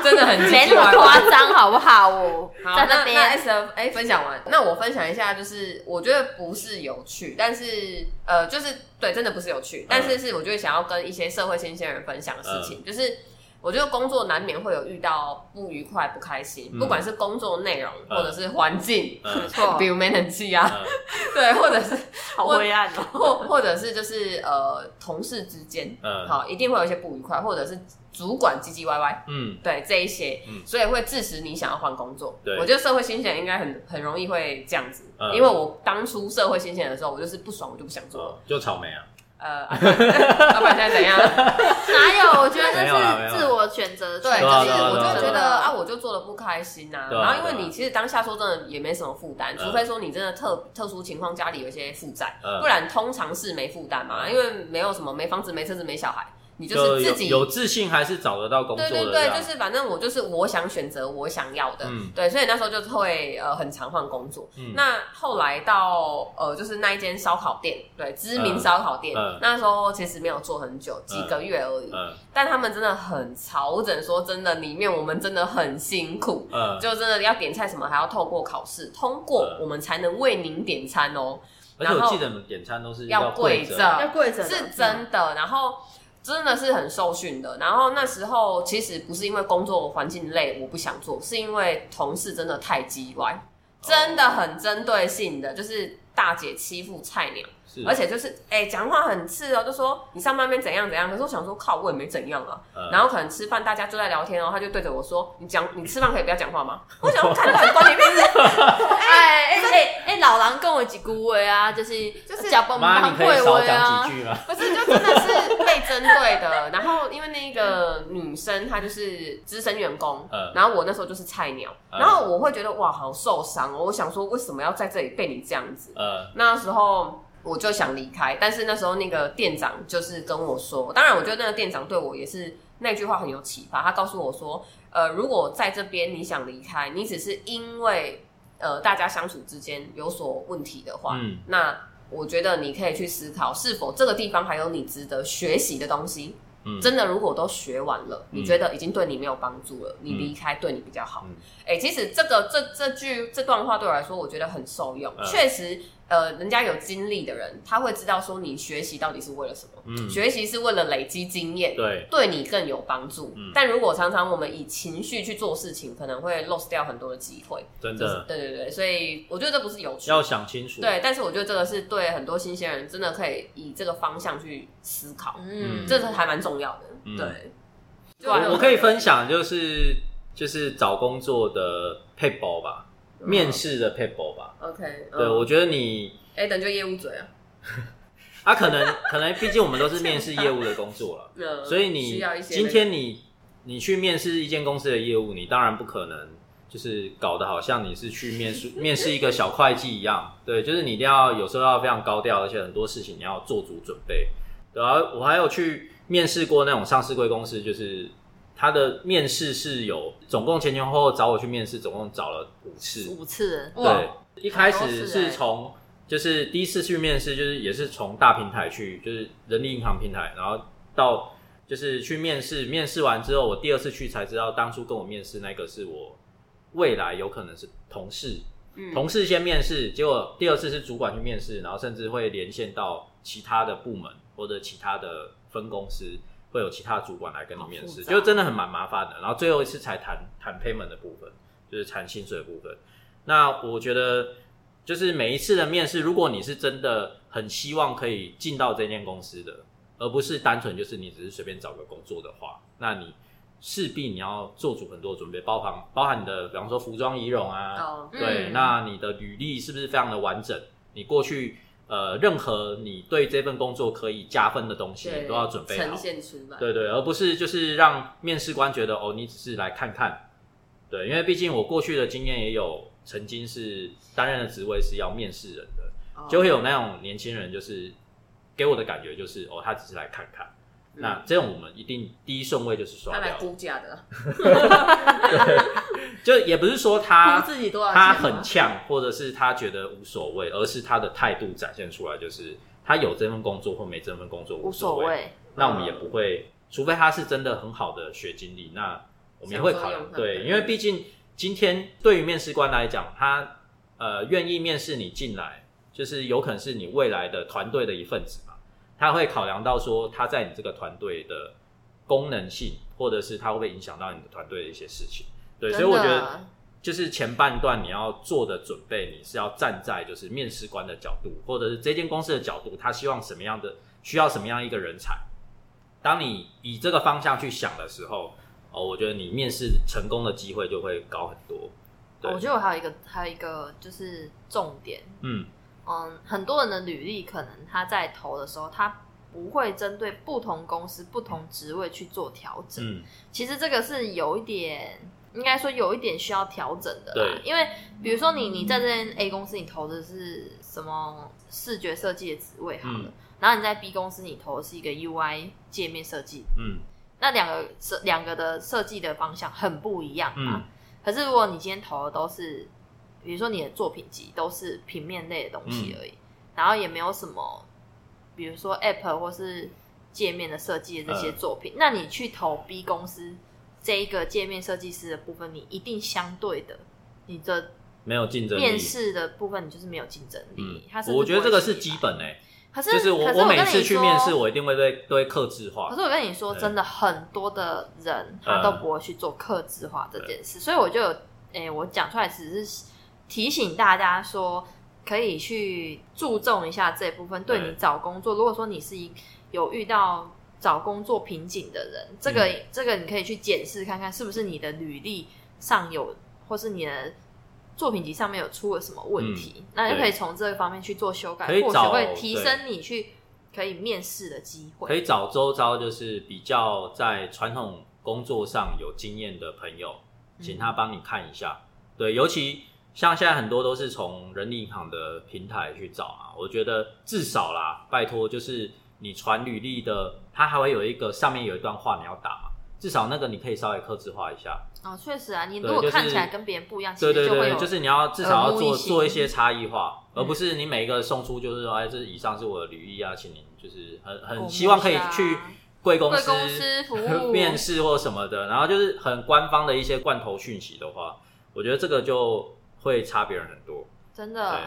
F: 真的很
D: 没那么夸张，好不好？我
F: 好，
D: 在
F: 那哎
D: 那
F: 那
D: 边
F: S F A 分享完，那我分享一下，就是我觉得不是有趣，但是呃，就是对，真的不是有趣，但
D: 嗯
F: 是是我觉得想要跟一些社会新鲜人分享的事情，就是我觉得工作难免会有遇到不愉快、不开心，
G: 嗯
F: 不管是工作内容
G: 嗯
F: 或者是环境，
G: 嗯
D: 错
F: 比如没冷气啊，
G: 嗯
F: 对，或者是
D: 好
F: 灰
D: 暗哦。
F: 或或者是就是呃同事之间，
G: 嗯
F: 好，一定会有一些不愉快，或者是主管唧唧歪歪，
G: 嗯，
F: 对这一些，
G: 嗯
F: 所以会致使你想要换工作。
G: 对
F: 我觉得社会新鲜人应该很很容易会这样子，
G: 嗯
F: 因为我当初社会新鲜人的时候，我就是不爽，我就不想做了。
G: 哦就草莓啊，
F: 呃， 啊老板现在 怎样？
D: 哪有？我觉得
G: 没有啦没
D: 这
G: 有啦
D: 是自我选择
F: 对，
D: 权，
G: 啊
F: 就是
G: 对啊
F: 我
G: 对啊
F: 就觉
G: 对
F: 得啊，，我就做的不开心呐、
G: 对啊
F: 然后因
G: 对
F: 为
G: 啊
F: 你其实当下说真的也没什么负担，
G: 嗯
F: 除非说你真的特特殊情况家里有一些负债，
G: 嗯
F: 不然通常是没负担嘛，因为没有什么没房子、没车子、没小孩，你
G: 就是
F: 自己
G: 有有自信还是找得到工作
F: 对
G: 的，
F: 对
G: 这
F: 对，
G: 样
F: 就是反正我就是我想选择我想要的，
G: 嗯
F: 对，所以那时候就会呃很常换工作。
G: 嗯
F: 那后来到呃就是那一间烧烤店，对，知名烧烤店，
G: 嗯嗯
F: 那时候其实没有做很久，几个月而已，
G: 嗯
F: 但他们真的很吵，我只能说真的，里面我们真的很辛苦。
G: 嗯，
F: 就真的要点菜什么，还要透过考试通过，
G: 嗯
F: 我们才能为您点餐哦。
G: 而且
F: 然
G: 我
F: 后
G: 记得你们点餐都是
F: 要
G: 跪
F: 跪
G: 着，哦
F: 着
D: 要跪着呢
F: 是真的，然后真的是很受训的。然后那时候其实不是因为工作环境累，我不想做，是因为同事真的太叽歪，真的很针对性的，就是大姐欺负菜鸟，
G: 是
F: 而且就是哎讲、话很刺哦，就说你上班没怎样怎样。可是我想说靠，我也没怎样啊。
G: 嗯
F: 然后可能吃饭大家就在聊天哦，他就对着我说：“你讲你吃饭可以不要讲话吗？” 我想说看到你关你 面子，
D: 哎哎哎哎，老狼跟我几句话啊，就是
F: 就是
D: 假崩啊
G: 妈，你可以少讲
F: 啊
G: 几句吗？
F: 不是，就真的是被针对的。然后因为那个女生她就是资深员工，
G: 嗯
F: 然后我那时候就是菜鸟，
G: 嗯
F: 然后我会觉得哇，好受伤哦。我想说，为什么要在这里被你这样子？
G: 呃，
F: 那时候我就想离开，但是那时候那个店长就是跟我说，当然我觉得那个店长对我也是那句话很有启发，他告诉我说，呃，如果在这边你想离开，你只是因为呃大家相处之间有所问题的话，
G: 嗯
F: 那。我觉得你可以去思考，是否这个地方还有你值得学习的东西。
G: 嗯，
F: 真的，如果都学完了，
G: 嗯
F: 你觉得已经对你没有帮助了，你离开对你比较好
G: 嗯。
F: 哎、其实这个这这句这段话对我来说，我觉得很受用
G: 嗯。
F: 确、实，呃，人家有经历的人，他会知道说你学习到底是为了什么。
B: 嗯，
F: 学习是为了累积经验，
B: 对，
F: 对你更有帮助。
B: 嗯
F: 但如果常常我们以情绪去做事情，可能会 lose 掉很多的机会。
B: 真
F: 就是
B: 的
F: 对对对，所以我觉得这不是有趣。
B: 要想清楚。，
F: 对，但是我觉得这个是对很多新鲜人真的可以以这个方向去思考，
D: 嗯，
F: 这是还蛮重要的。
B: 嗯
F: 对，
D: 我
F: 对
B: 我我可以分享就是就是找工作的 p a p e 吧，
C: 嗯
F: 嗯
B: 面试的 p a p e 吧。
F: OK，嗯
B: 对，我觉得你
F: 哎，等就业务嘴啊，
B: 啊，可能可能，毕竟我们都是面试业务的工作 了，
F: 那
B: 所以
F: 呃需
B: 你
F: 要一些
B: 今天你你去面试一间公司的业务，你当然不可能就是搞得好像你是去面试面试一个小会计一样，对，就是你一定要有时候要非常高调，而且很多事情你要做足准备。然后我还有去面试过那种上市贵公司，就是他的面试是有总共前前后后找我去面试，总共找了五次，
D: 五次，
F: 哇
B: 对，一开
D: 好多次
B: 始
D: 欸
B: 是从就是第一次去面试，就是也是从大平台去，就是人力银行平台，然后到就是去面试，面试完之后，我第二次去才知道，当初跟我面试那个是我未来有可能是同事，
D: 嗯
B: 同事先面试，结果第二次是主管去面试，然后甚至会连线到其他的部门或者其他的分公司。会有其他主管来跟你面
D: 哦好复
B: 试，
D: 杂
B: 就真的很蛮麻烦的。然后最后一次才谈谈 payment 的部分，就是谈薪水的部分。那我觉得，就是每一次的面试，如果你是真的很希望可以进到这间公司的，而不是单纯就是你只是随便找个工作的话，那你势必你要做足很多准备，包含包含你的，比方说服装仪容啊，
F: 哦，
B: 对，
D: 嗯
B: 那你的履历是不是非常的完整？你过去呃，任何你对这份工作可以加分的东西，
F: 对
B: 你都要准备好
F: 呈。现出来。
B: 对对，而不是就是让面试官觉得哦，你只是来看看。对，因为毕竟我过去的经验也有，曾经是担任的职位是要面试人的，
F: 哦
B: 就会有那种年轻人，就是给我的感觉就是哦，他只是来看看。那这种我们一定第一顺位就是刷
F: 嗯哦他来
B: 掉，
F: 估价的，
B: 就也不是说他
D: 自己多少
F: 啊
B: 他很呛，或者是他觉得无所谓，而是他的态度展现出来，就是他有这份工作或没这份工作
D: 无
B: 所
D: 所
B: 谓。
D: 谓，
B: 那我们也不会，除非他是真的很好的学经历，那我们也会考量。
F: 想说用看看
B: 对，因为毕竟今天对于面试官来讲，他呃愿意面试你进来，就是有可能是你未来的团队的一份子嘛。他会考量到说他在你这个团队的功能性，或者是他会不会影响到你的团队的一些事情。对，所以我觉得就是前半段你要做的准备，你是要站在就是面试官的角度，或者是这间公司的角度，他希望什么样的，需要什么样一个人才。当你以这个方向去想的时候，哦，我觉得你面试成功的机会就会高很多。对，
D: 我觉得我还有一个还有一个就是重点，
B: 嗯，
D: 嗯，很多人的履历可能他在投的时候，他不会针对不同公司、不同职位去做调整。
B: 嗯
D: 其实这个是有一点，应该说有一点需要调整的啦
B: 对。
D: 因为比如说你你在这间 A 公司你投的是什么视觉设计的职位好了，
B: 嗯
D: 然后你在 B 公司你投的是一个 UI 界面设计，
B: 嗯
D: 那两个设两个的设计的方向很不一样嘛。
B: 嗯
D: 可是如果你今天投的都是，比如说你的作品集都是平面类的东西而已，
B: 嗯
D: 然后也没有什么，比如说 App 或是界面的设计的这些
B: 嗯
D: 作品，那你去投 B 公司这一个界面设计师的部分，你一定相对的，你的
B: 没有竞争力。
D: 面试的部分你就是没有竞争
B: 嗯
D: 力。它甚至
B: 我觉得这个是
D: 不会
B: 基
D: 起来。
B: 本欸诶、
D: 可是
B: 就是
D: 可
B: 我
D: 是我
B: 每
D: 跟
B: 次
D: 你
B: 去
D: 说
B: 面试，我一定会对都会克制化
D: 可。是我跟你说，
B: 对嗯
D: 真的很多的人他都不会去做克制化这件事，所以我就有，诶、我讲出来只是提醒大家说，可以去注重一下这部分，对
B: 对
D: 你找工作，如果说你是一有遇到找工作瓶颈的人，这个、
B: 嗯
D: 这个你可以去检视看看，是不是你的履历上有，或是你的。作品集上面有出了什么问题，那就可以从这个方面去做修改，
B: 嗯可以
D: 或许
B: 找
D: 会提
B: 对
D: 升你去可以面试的机会。
B: 可以找周遭就是比较在传统工作上有经验的朋友，
D: 嗯
B: 请他帮你看一下。对，尤其像现在很多都是从人力银行的平台去找啊，我觉得至少啦，拜托就是你传履历的，它还会有一个上面有一段话你要打嘛，至少那个你可以稍微克制化一下。
D: 哦，确实啊，你
B: 对
D: 如果
B: 就是
D: 看起来跟别人不一样，
B: 对对
D: 其实就会
B: 对，
D: 有
B: 就是你要至少要
D: 耳目
B: 做
D: 一新
B: 做一些差异化，
D: 嗯
B: 而不是你每一个送出就是说，哎，这以上是我的履历啊，请您就是很
D: 我摸
B: 很希望可以
D: 一下
B: 去贵公
D: 啊贵
B: 司
D: 公司服务
B: 面试或什么的，然后就是很官方的一些罐
F: 嗯
B: 头讯息的话，我觉得这个就会差别人很多。
D: 真
B: 对
D: 的，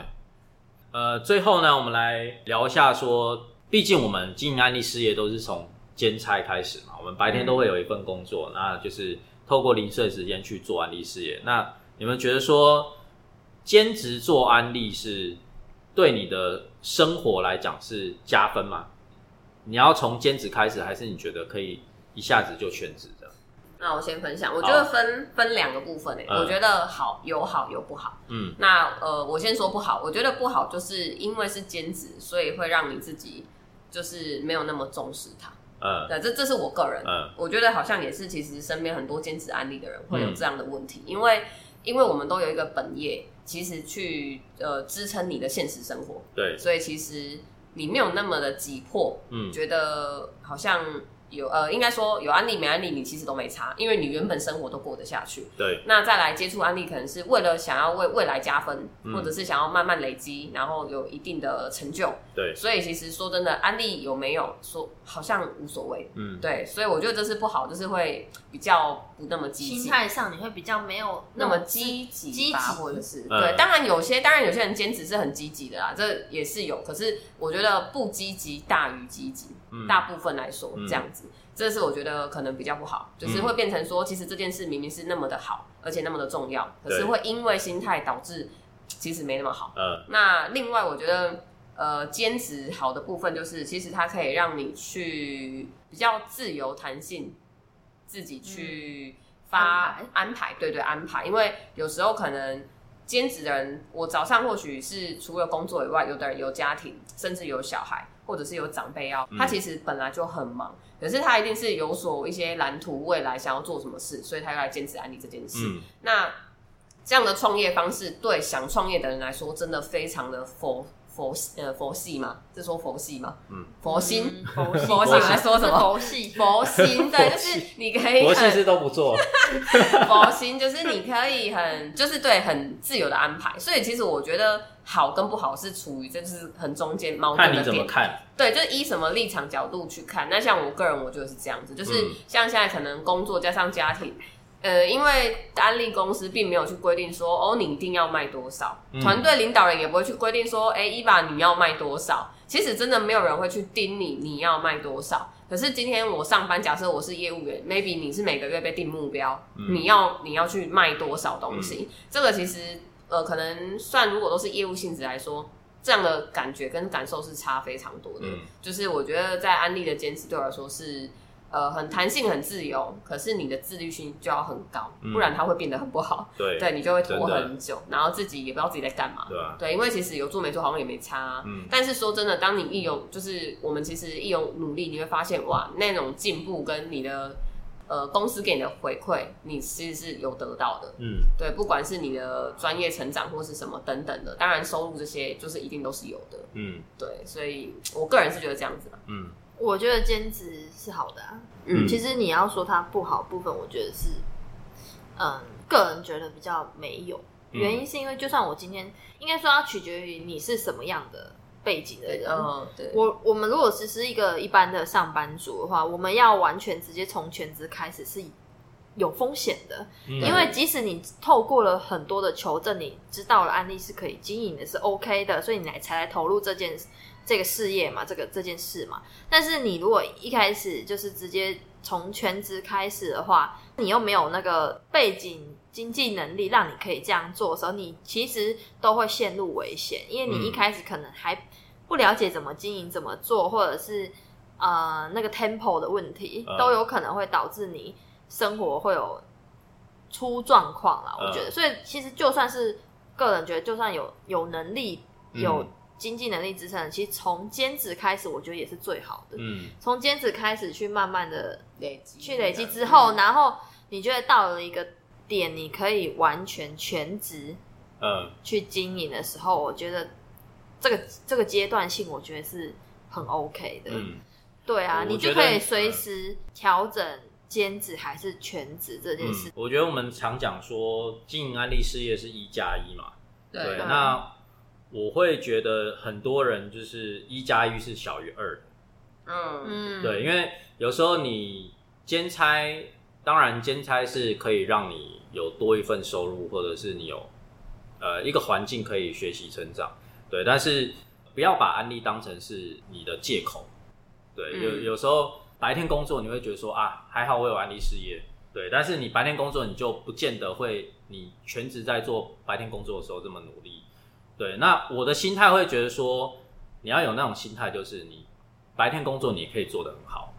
B: 呃，最后呢，我们来聊一下说，毕竟我们经营安利事业都是从兼差开始嘛，我们
F: 嗯
B: 白天都会有一份工作，那就是透过零碎时间去做安利事业。那你们觉得说，兼职做安利是对你的生活来讲是加分吗？你要从兼职开始，还是你觉得可以一下子就全职这样？
F: 那我先分享，我觉得分分两个部分诶、
B: 嗯
F: 我觉得好有好有不好。
B: 嗯
F: 那呃，我先说不好，我觉得不好就是因为是兼职，所以会让你自己就是没有那么重视它。
B: 呃
F: 对，这这是我个人，
B: 呃
F: 我觉得好像也是，其实身边很多兼职案例的人
B: 嗯
F: 会有这样的问题，因为因为我们都有一个本业，其实去呃支撑你的现实生活，
B: 对，
F: 所以其实你没有那么的急迫，
B: 嗯
F: 觉得好像有呃，应该说有案例没案例，你其实都没差，因为你原本生活都过得下去。
B: 对，
F: 那再来接触案例，可能是为了想要为未来加分，
B: 嗯
F: 或者是想要慢慢累积，然后有一定的成就。
B: 对
F: 所以其实说真的，案例有没有说好像无所谓。
B: 嗯
F: 对，所以我觉得这是不好，就是会比较不那么积
D: 心
F: 极，
D: 态上你会比较没有
F: 那么
D: 种
F: 积
D: 积极
F: 极吧，或者是、
B: 嗯
F: 对。当然有些，当然有些人兼职是很积极的啦，这也是有。可是我觉得不积极大于积极，
B: 嗯
F: 大部分来说
B: 嗯
F: 这样子，这是我觉得可能比较不好，就是会变成说，其实这件事明明是那么的好，而且那么的重要，可是
B: 对
F: 会因为心态导致其实没那么好。
B: 呃
F: 那另外，我觉得呃，兼职好的部分就是，其实它可以让你去比较自由弹性，自己去
D: 嗯安
F: 发、
D: 排
F: 安排，对对安排，因为有时候可能。兼职的人，我早上或许是除了工作以外，有的人有家庭，甚至有小孩，或者是有长辈要，他
B: 嗯
F: 其实本来就很忙，可是他一定是有所一些蓝图，未来想要做什么事，所以他要来兼职安利这件事。
B: 嗯
F: 那这样的创业方式对想创业的人来说，真的非常的佛佛呃佛系嘛？是说佛系吗？
B: 嗯，
F: 佛心，
D: 佛系
F: 佛系我在说什么？
D: 佛系，
F: 佛心，对，
B: 佛
F: 就
B: 系
F: 是你可以
B: 国庆
F: 很
B: 是都不做，
F: 佛心，就是你可以很 就是对很自由的安排。所以其实我觉得好跟不好是处于这就是很中间矛盾
B: 看
F: 的
B: 你怎么
F: 点。
B: 看。
F: 对，就是依什么立场角度去看。那像我个人，我觉得是这样子，就是
B: 嗯
F: 像现在可能工作加上家庭，呃，因为安利公司并没有去规定说，哦，你一定要卖多少，
B: 嗯
F: 团队领导人也不会去规定说，哎，伊娃你要卖多少。其实真的没有人会去盯你你要卖多少。可是今天我上班，假设我是业务员，maybe 你是每个月被定目标，
B: 嗯
F: 你要你要去卖多少东西，这个其实呃，可能算如果都是业务性质来说，这样的感觉跟感受是差非常多的。
B: 嗯
F: 就是我觉得在安利的坚持对我来说是。呃，很弹性，很自由，可是你的自律性就要很高，
B: 嗯
F: 不然它会变得很不好，
B: 对
F: 对你就会
B: 真
F: 拖
B: 的
F: 很久，然后自己也不知道自己在干嘛。
B: 对吧？
F: 对，因为其实有做没做好像也没差、啊。
B: 嗯
F: 但是说真的，当你一有就是我们其实一有努力，你会发现哇，那种进步跟你的呃公司给你的回馈，你其实是有得到的。
B: 嗯
F: 对，不管是你的专业成长或是什么等等的，当然收入这些就是一定都是有的。
B: 嗯
F: 对，所以我个人是觉得这样子吧。
B: 嗯
D: 我觉得兼职是好的、啊，
B: 嗯
D: 其实你要说它不好部分，我觉得是，嗯，个人觉得比较没有。
B: 嗯
D: 原因是因为，就算我今天应该说，要取决于你是什么样的背景的
F: 对，
D: 人。
F: 嗯，对，
D: 我我们如果只是一个一般的上班族的话，我们要完全直接从全职开始是有风险的，
B: 嗯，
D: 因为即使你透过了很多的求证，你知道了案例是可以经营的，是 OK 的，所以你来才来投入这件这个事业嘛，这个这件事嘛。但是你如果一开始就是直接从全职开始的话，你又没有那个背景。经济能力让你可以这样做的时候，你其实都会陷入危险，因为你一
B: 嗯
D: 开始可能还不了解怎么经营、怎么做，或者是呃那个 tempo 的问题
B: 嗯，
D: 都有可能会导致你生活会有出状况啦。
B: 嗯
D: 我觉得，所以其实就算是个人觉得，就算有有能力、
B: 嗯
D: 有经济能力支撑的，其实从兼职开始，我觉得也是最好的。
B: 嗯
D: 从兼职开始去慢慢的
F: 累积
D: 去累积之
B: 嗯
D: 后，然后你觉得到了一个点，你可以完全全职
B: 嗯
D: 去经营的时候，我觉得这个这个阶段性，我觉得是很 OK 的。
B: 嗯
D: 对啊
B: 我，
D: 你
B: 觉
D: 就
B: 得嗯
D: 可以随时调整兼职还是全职这件事。
B: 嗯，我觉得我们常讲说经营安利事业是一加一嘛，
F: 对
B: 对，
D: 对
B: 那我会觉得很多人就是一加一是小于二的，
F: 嗯，
D: 嗯，
B: 对，因为有时候你兼差，当然兼差是可以让你有多一份收入，或者是你有呃一个环境可以学习成长。对，但是不要把安利当成是你的借口。对，有
D: 嗯
B: 有时候白天工作你会觉得说啊，还好我有安利事业。对，但是你白天工作你就不见得会，你全职在做白天工作的时候这么努力。对，那我的心态会觉得说，你要有那种心态，就是你白天工作你也可以做得很好，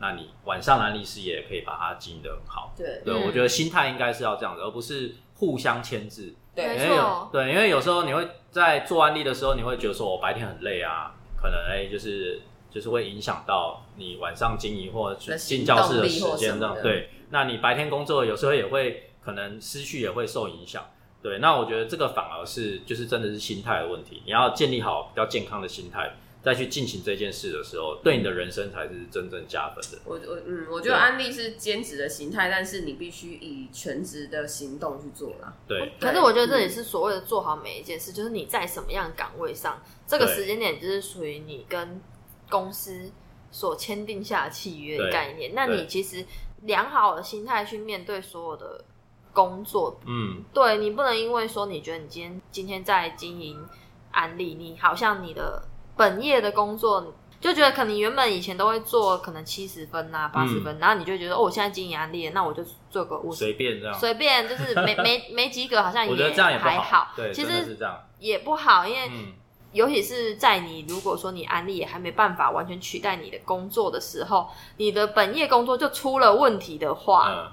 B: 那你晚上安利事业也可以把它经营得很好。
F: 对
B: 对，
D: 嗯
B: 我觉得心态应该是要这样的，而不是互相牵制。
D: 没
B: 因
D: 错
B: 为有对，因为有时候你会在做安利的时候，你会觉得说我白天很累啊，可能哎、就是就是会影响到你晚上经营或
F: 的
B: 进
F: 行
B: 教室
F: 动
B: 的
F: 力
B: 时
F: 或什
B: 间
F: 么
B: 这样
F: 的。
B: 对，那你白天工作有时候也会可能思绪也会受影响。对，那我觉得这个反而是就是真的是心态的问题，你要建立好比较健康的心态，再去进行这件事的时候，对你的人生才是真正加分的。
F: 我我嗯，我觉
B: 对
F: 得
B: 啊
F: 安利是兼职的形态，但是你必须以全职的行动去做啦。
B: 对，嗯
D: 可是我觉得这也是所谓的做好每一件事，就是你在什么样的岗位上，这个
B: 对
D: 时间点就是属于你跟公司所签订下的契约的
B: 对
D: 概念。那你
B: 对
D: 其实良好的心态去面对所有的工作，
B: 嗯，
D: 对你不能因为说你觉得你今天今天在经营安利，你好像你的本业的工作。就觉得可能原本以前都会做可能七十分啊八
B: 嗯
D: 十分，然后你就会觉得哦，我现在经营安利，那我就做个五十
B: 随便这样。
D: 随便就是没没没及格，好像
B: 我觉得这样也不
D: 还好。
B: 对，
D: 其
B: 真的是
D: 实
B: 这样。
D: 也不好，因为
B: 嗯，
D: 尤其是在你如果说你安利也还没办法完全取代你的工作的时候，你的本业工作就出了问题的话，
B: 嗯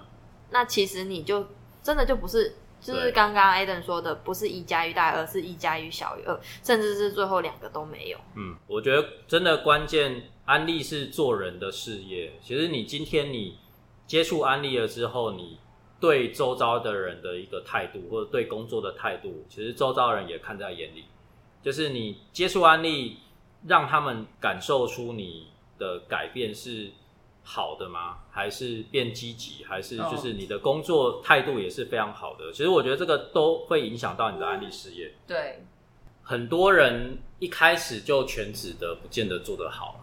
D: 那其实你就真的就不是。就是
B: 对
D: 刚刚 Aden 说的，不是一加一大于二，是一加一小于二，甚至是最后两个都没有。
B: 嗯，我觉得真的关键，安利是做人的事业。其实你今天你接触安利了之后，你对周遭的人的一个态度，或者对工作的态度，其实周遭人也看在眼里。就是你接触安利，让他们感受出你的改变是好的吗？还是变积极？还是就是你的工作态度也是非常好的？其实我觉得这个都会影响到你的安利事业。
F: 对
B: 很多人一开始就全职的，不见得做得好啊。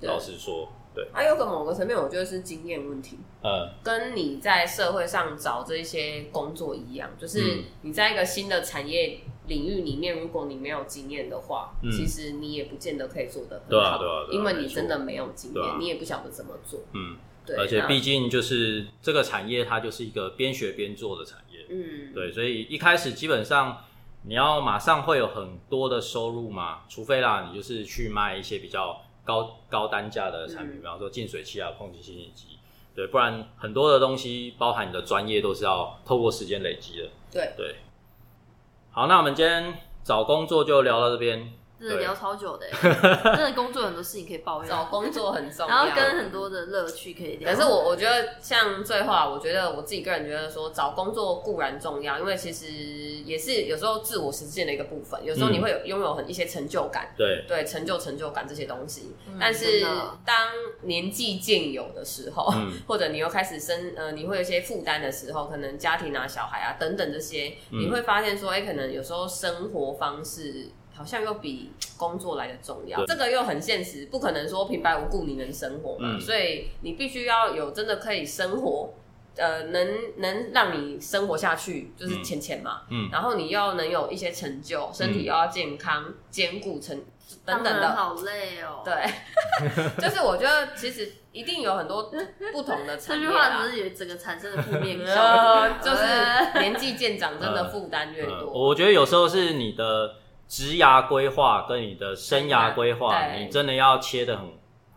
F: 对
B: 老实说，对，
F: 还啊有个某个层面，我觉得是经验问题，
B: 呃，
F: 跟你在社会上找这些工作一样，就是
B: 嗯
F: 你在一个新的产业领域里面，如果你没有经验的话，
B: 嗯
F: 其实你也不见得可以做得很好，
B: 对啊对啊对啊
F: 因为
B: 没
F: 你
B: 错
F: 真的没有经验，
B: 对啊
F: 你也不晓得怎么做，
B: 嗯，
F: 对，
B: 而且
F: 那
B: 毕竟就是这个产业，它就是一个边学边做的产业，
F: 嗯，
B: 对，所以一开始基本上你要马上会有很多的收入嘛，除非啦，你就是去卖一些比较高高单价的产品，
F: 嗯
B: 比方说净水器啊、空气清洗机，对，不然很多的东西，包含你的专业，都是要透过时间累积的。
F: 对
B: 对，好，那我们今天找工作就聊到这边。
D: 真的
B: 对
D: 聊超久的、 欸，真的工作有很多事情可以抱
F: 找
D: 怨，
F: 工作很重要，
D: 然后跟很多的乐趣可以聊。
F: 可是我我觉得像最后啊，我觉得我自己个人觉得说，找工作固然重要，因为其实也是有时候自我实现的一个部分，有时候
B: 嗯
F: 你会有拥有很一些成就感。
B: 对，
F: 对成就、成就感这些东西，
D: 嗯
F: 但
D: 真
F: 是
D: 的
F: 当年纪渐有的时候，
B: 嗯
F: 或者你又开始生呃，你会有一些负担的时候，可能家庭啊、小孩啊等等这些，
B: 嗯
F: 你会发现说，哎、可能有时候生活方式好像又比工作来的重要，
B: 对
F: 这个又很现实，不可能说平白无故你能生活嘛，
B: 嗯
F: 所以你必须要有真的可以生活。呃，能能让你生活下去，就是
B: 嗯
F: 钱钱嘛。
B: 嗯
F: 然后你要能有一些成就，身
B: 嗯
F: 体又要健康、兼顾成等
D: 当
F: 等
D: 然
F: 的，
D: 好累哦、
F: 对， 就是我觉得其实一定有很多不同的
D: 这
F: 产业
D: 句话
F: 啦
D: 只。是有整个产生的负面效
F: 呃
D: 果，，
F: 就是年纪渐长，真的负担越
B: 呃
F: 多。
B: 我觉得有时候是你的职涯规划跟你的生涯规划，
F: 对
B: 你真的要切得很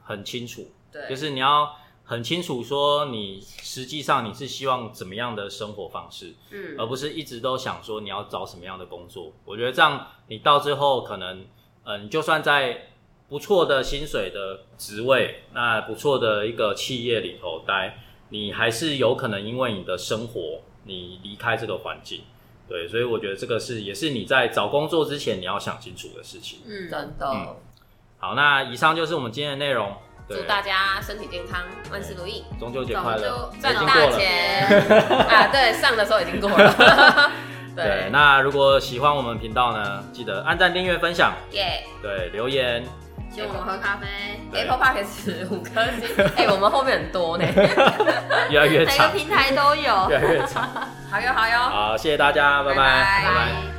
B: 很清楚，
F: 对，
B: 就是你要很清楚说你实际上你是希望怎么样的生活方式，
F: 嗯
B: 而不是一直都想说你要找什么样的工作。我觉得这样你到最后可能，呃，你就算在不错的薪水的职位，那不错的一个企业里头待，你还是有可能因为你的生活，你离开这个环境。对，所以我觉得这个是也是你在找工作之前你要想清楚的事情。
D: 嗯，
F: 真的
B: 嗯。好，那以上就是我们今天的内容。对
F: 祝，大家身体健康，万事如意，
B: 中秋节快乐！
F: 赚
B: 已经
F: 大
B: 过了
F: 钱啊！对，上的时候已经 过了。
B: 对
F: 对，，
B: 那如果喜欢我们频道呢，记得按赞、订阅、分享，
F: 耶
B: 对，留言。
D: 请我们喝咖啡。
B: 对
F: ，Apple Park 是五颗星。 哎，我们后面很多呢。
B: 越来越
D: 每个
B: 长，
D: 平台都有
B: 越。来越长。
F: 好哟，好哟。
B: 好，谢谢大家，拜拜
F: 拜拜
D: 拜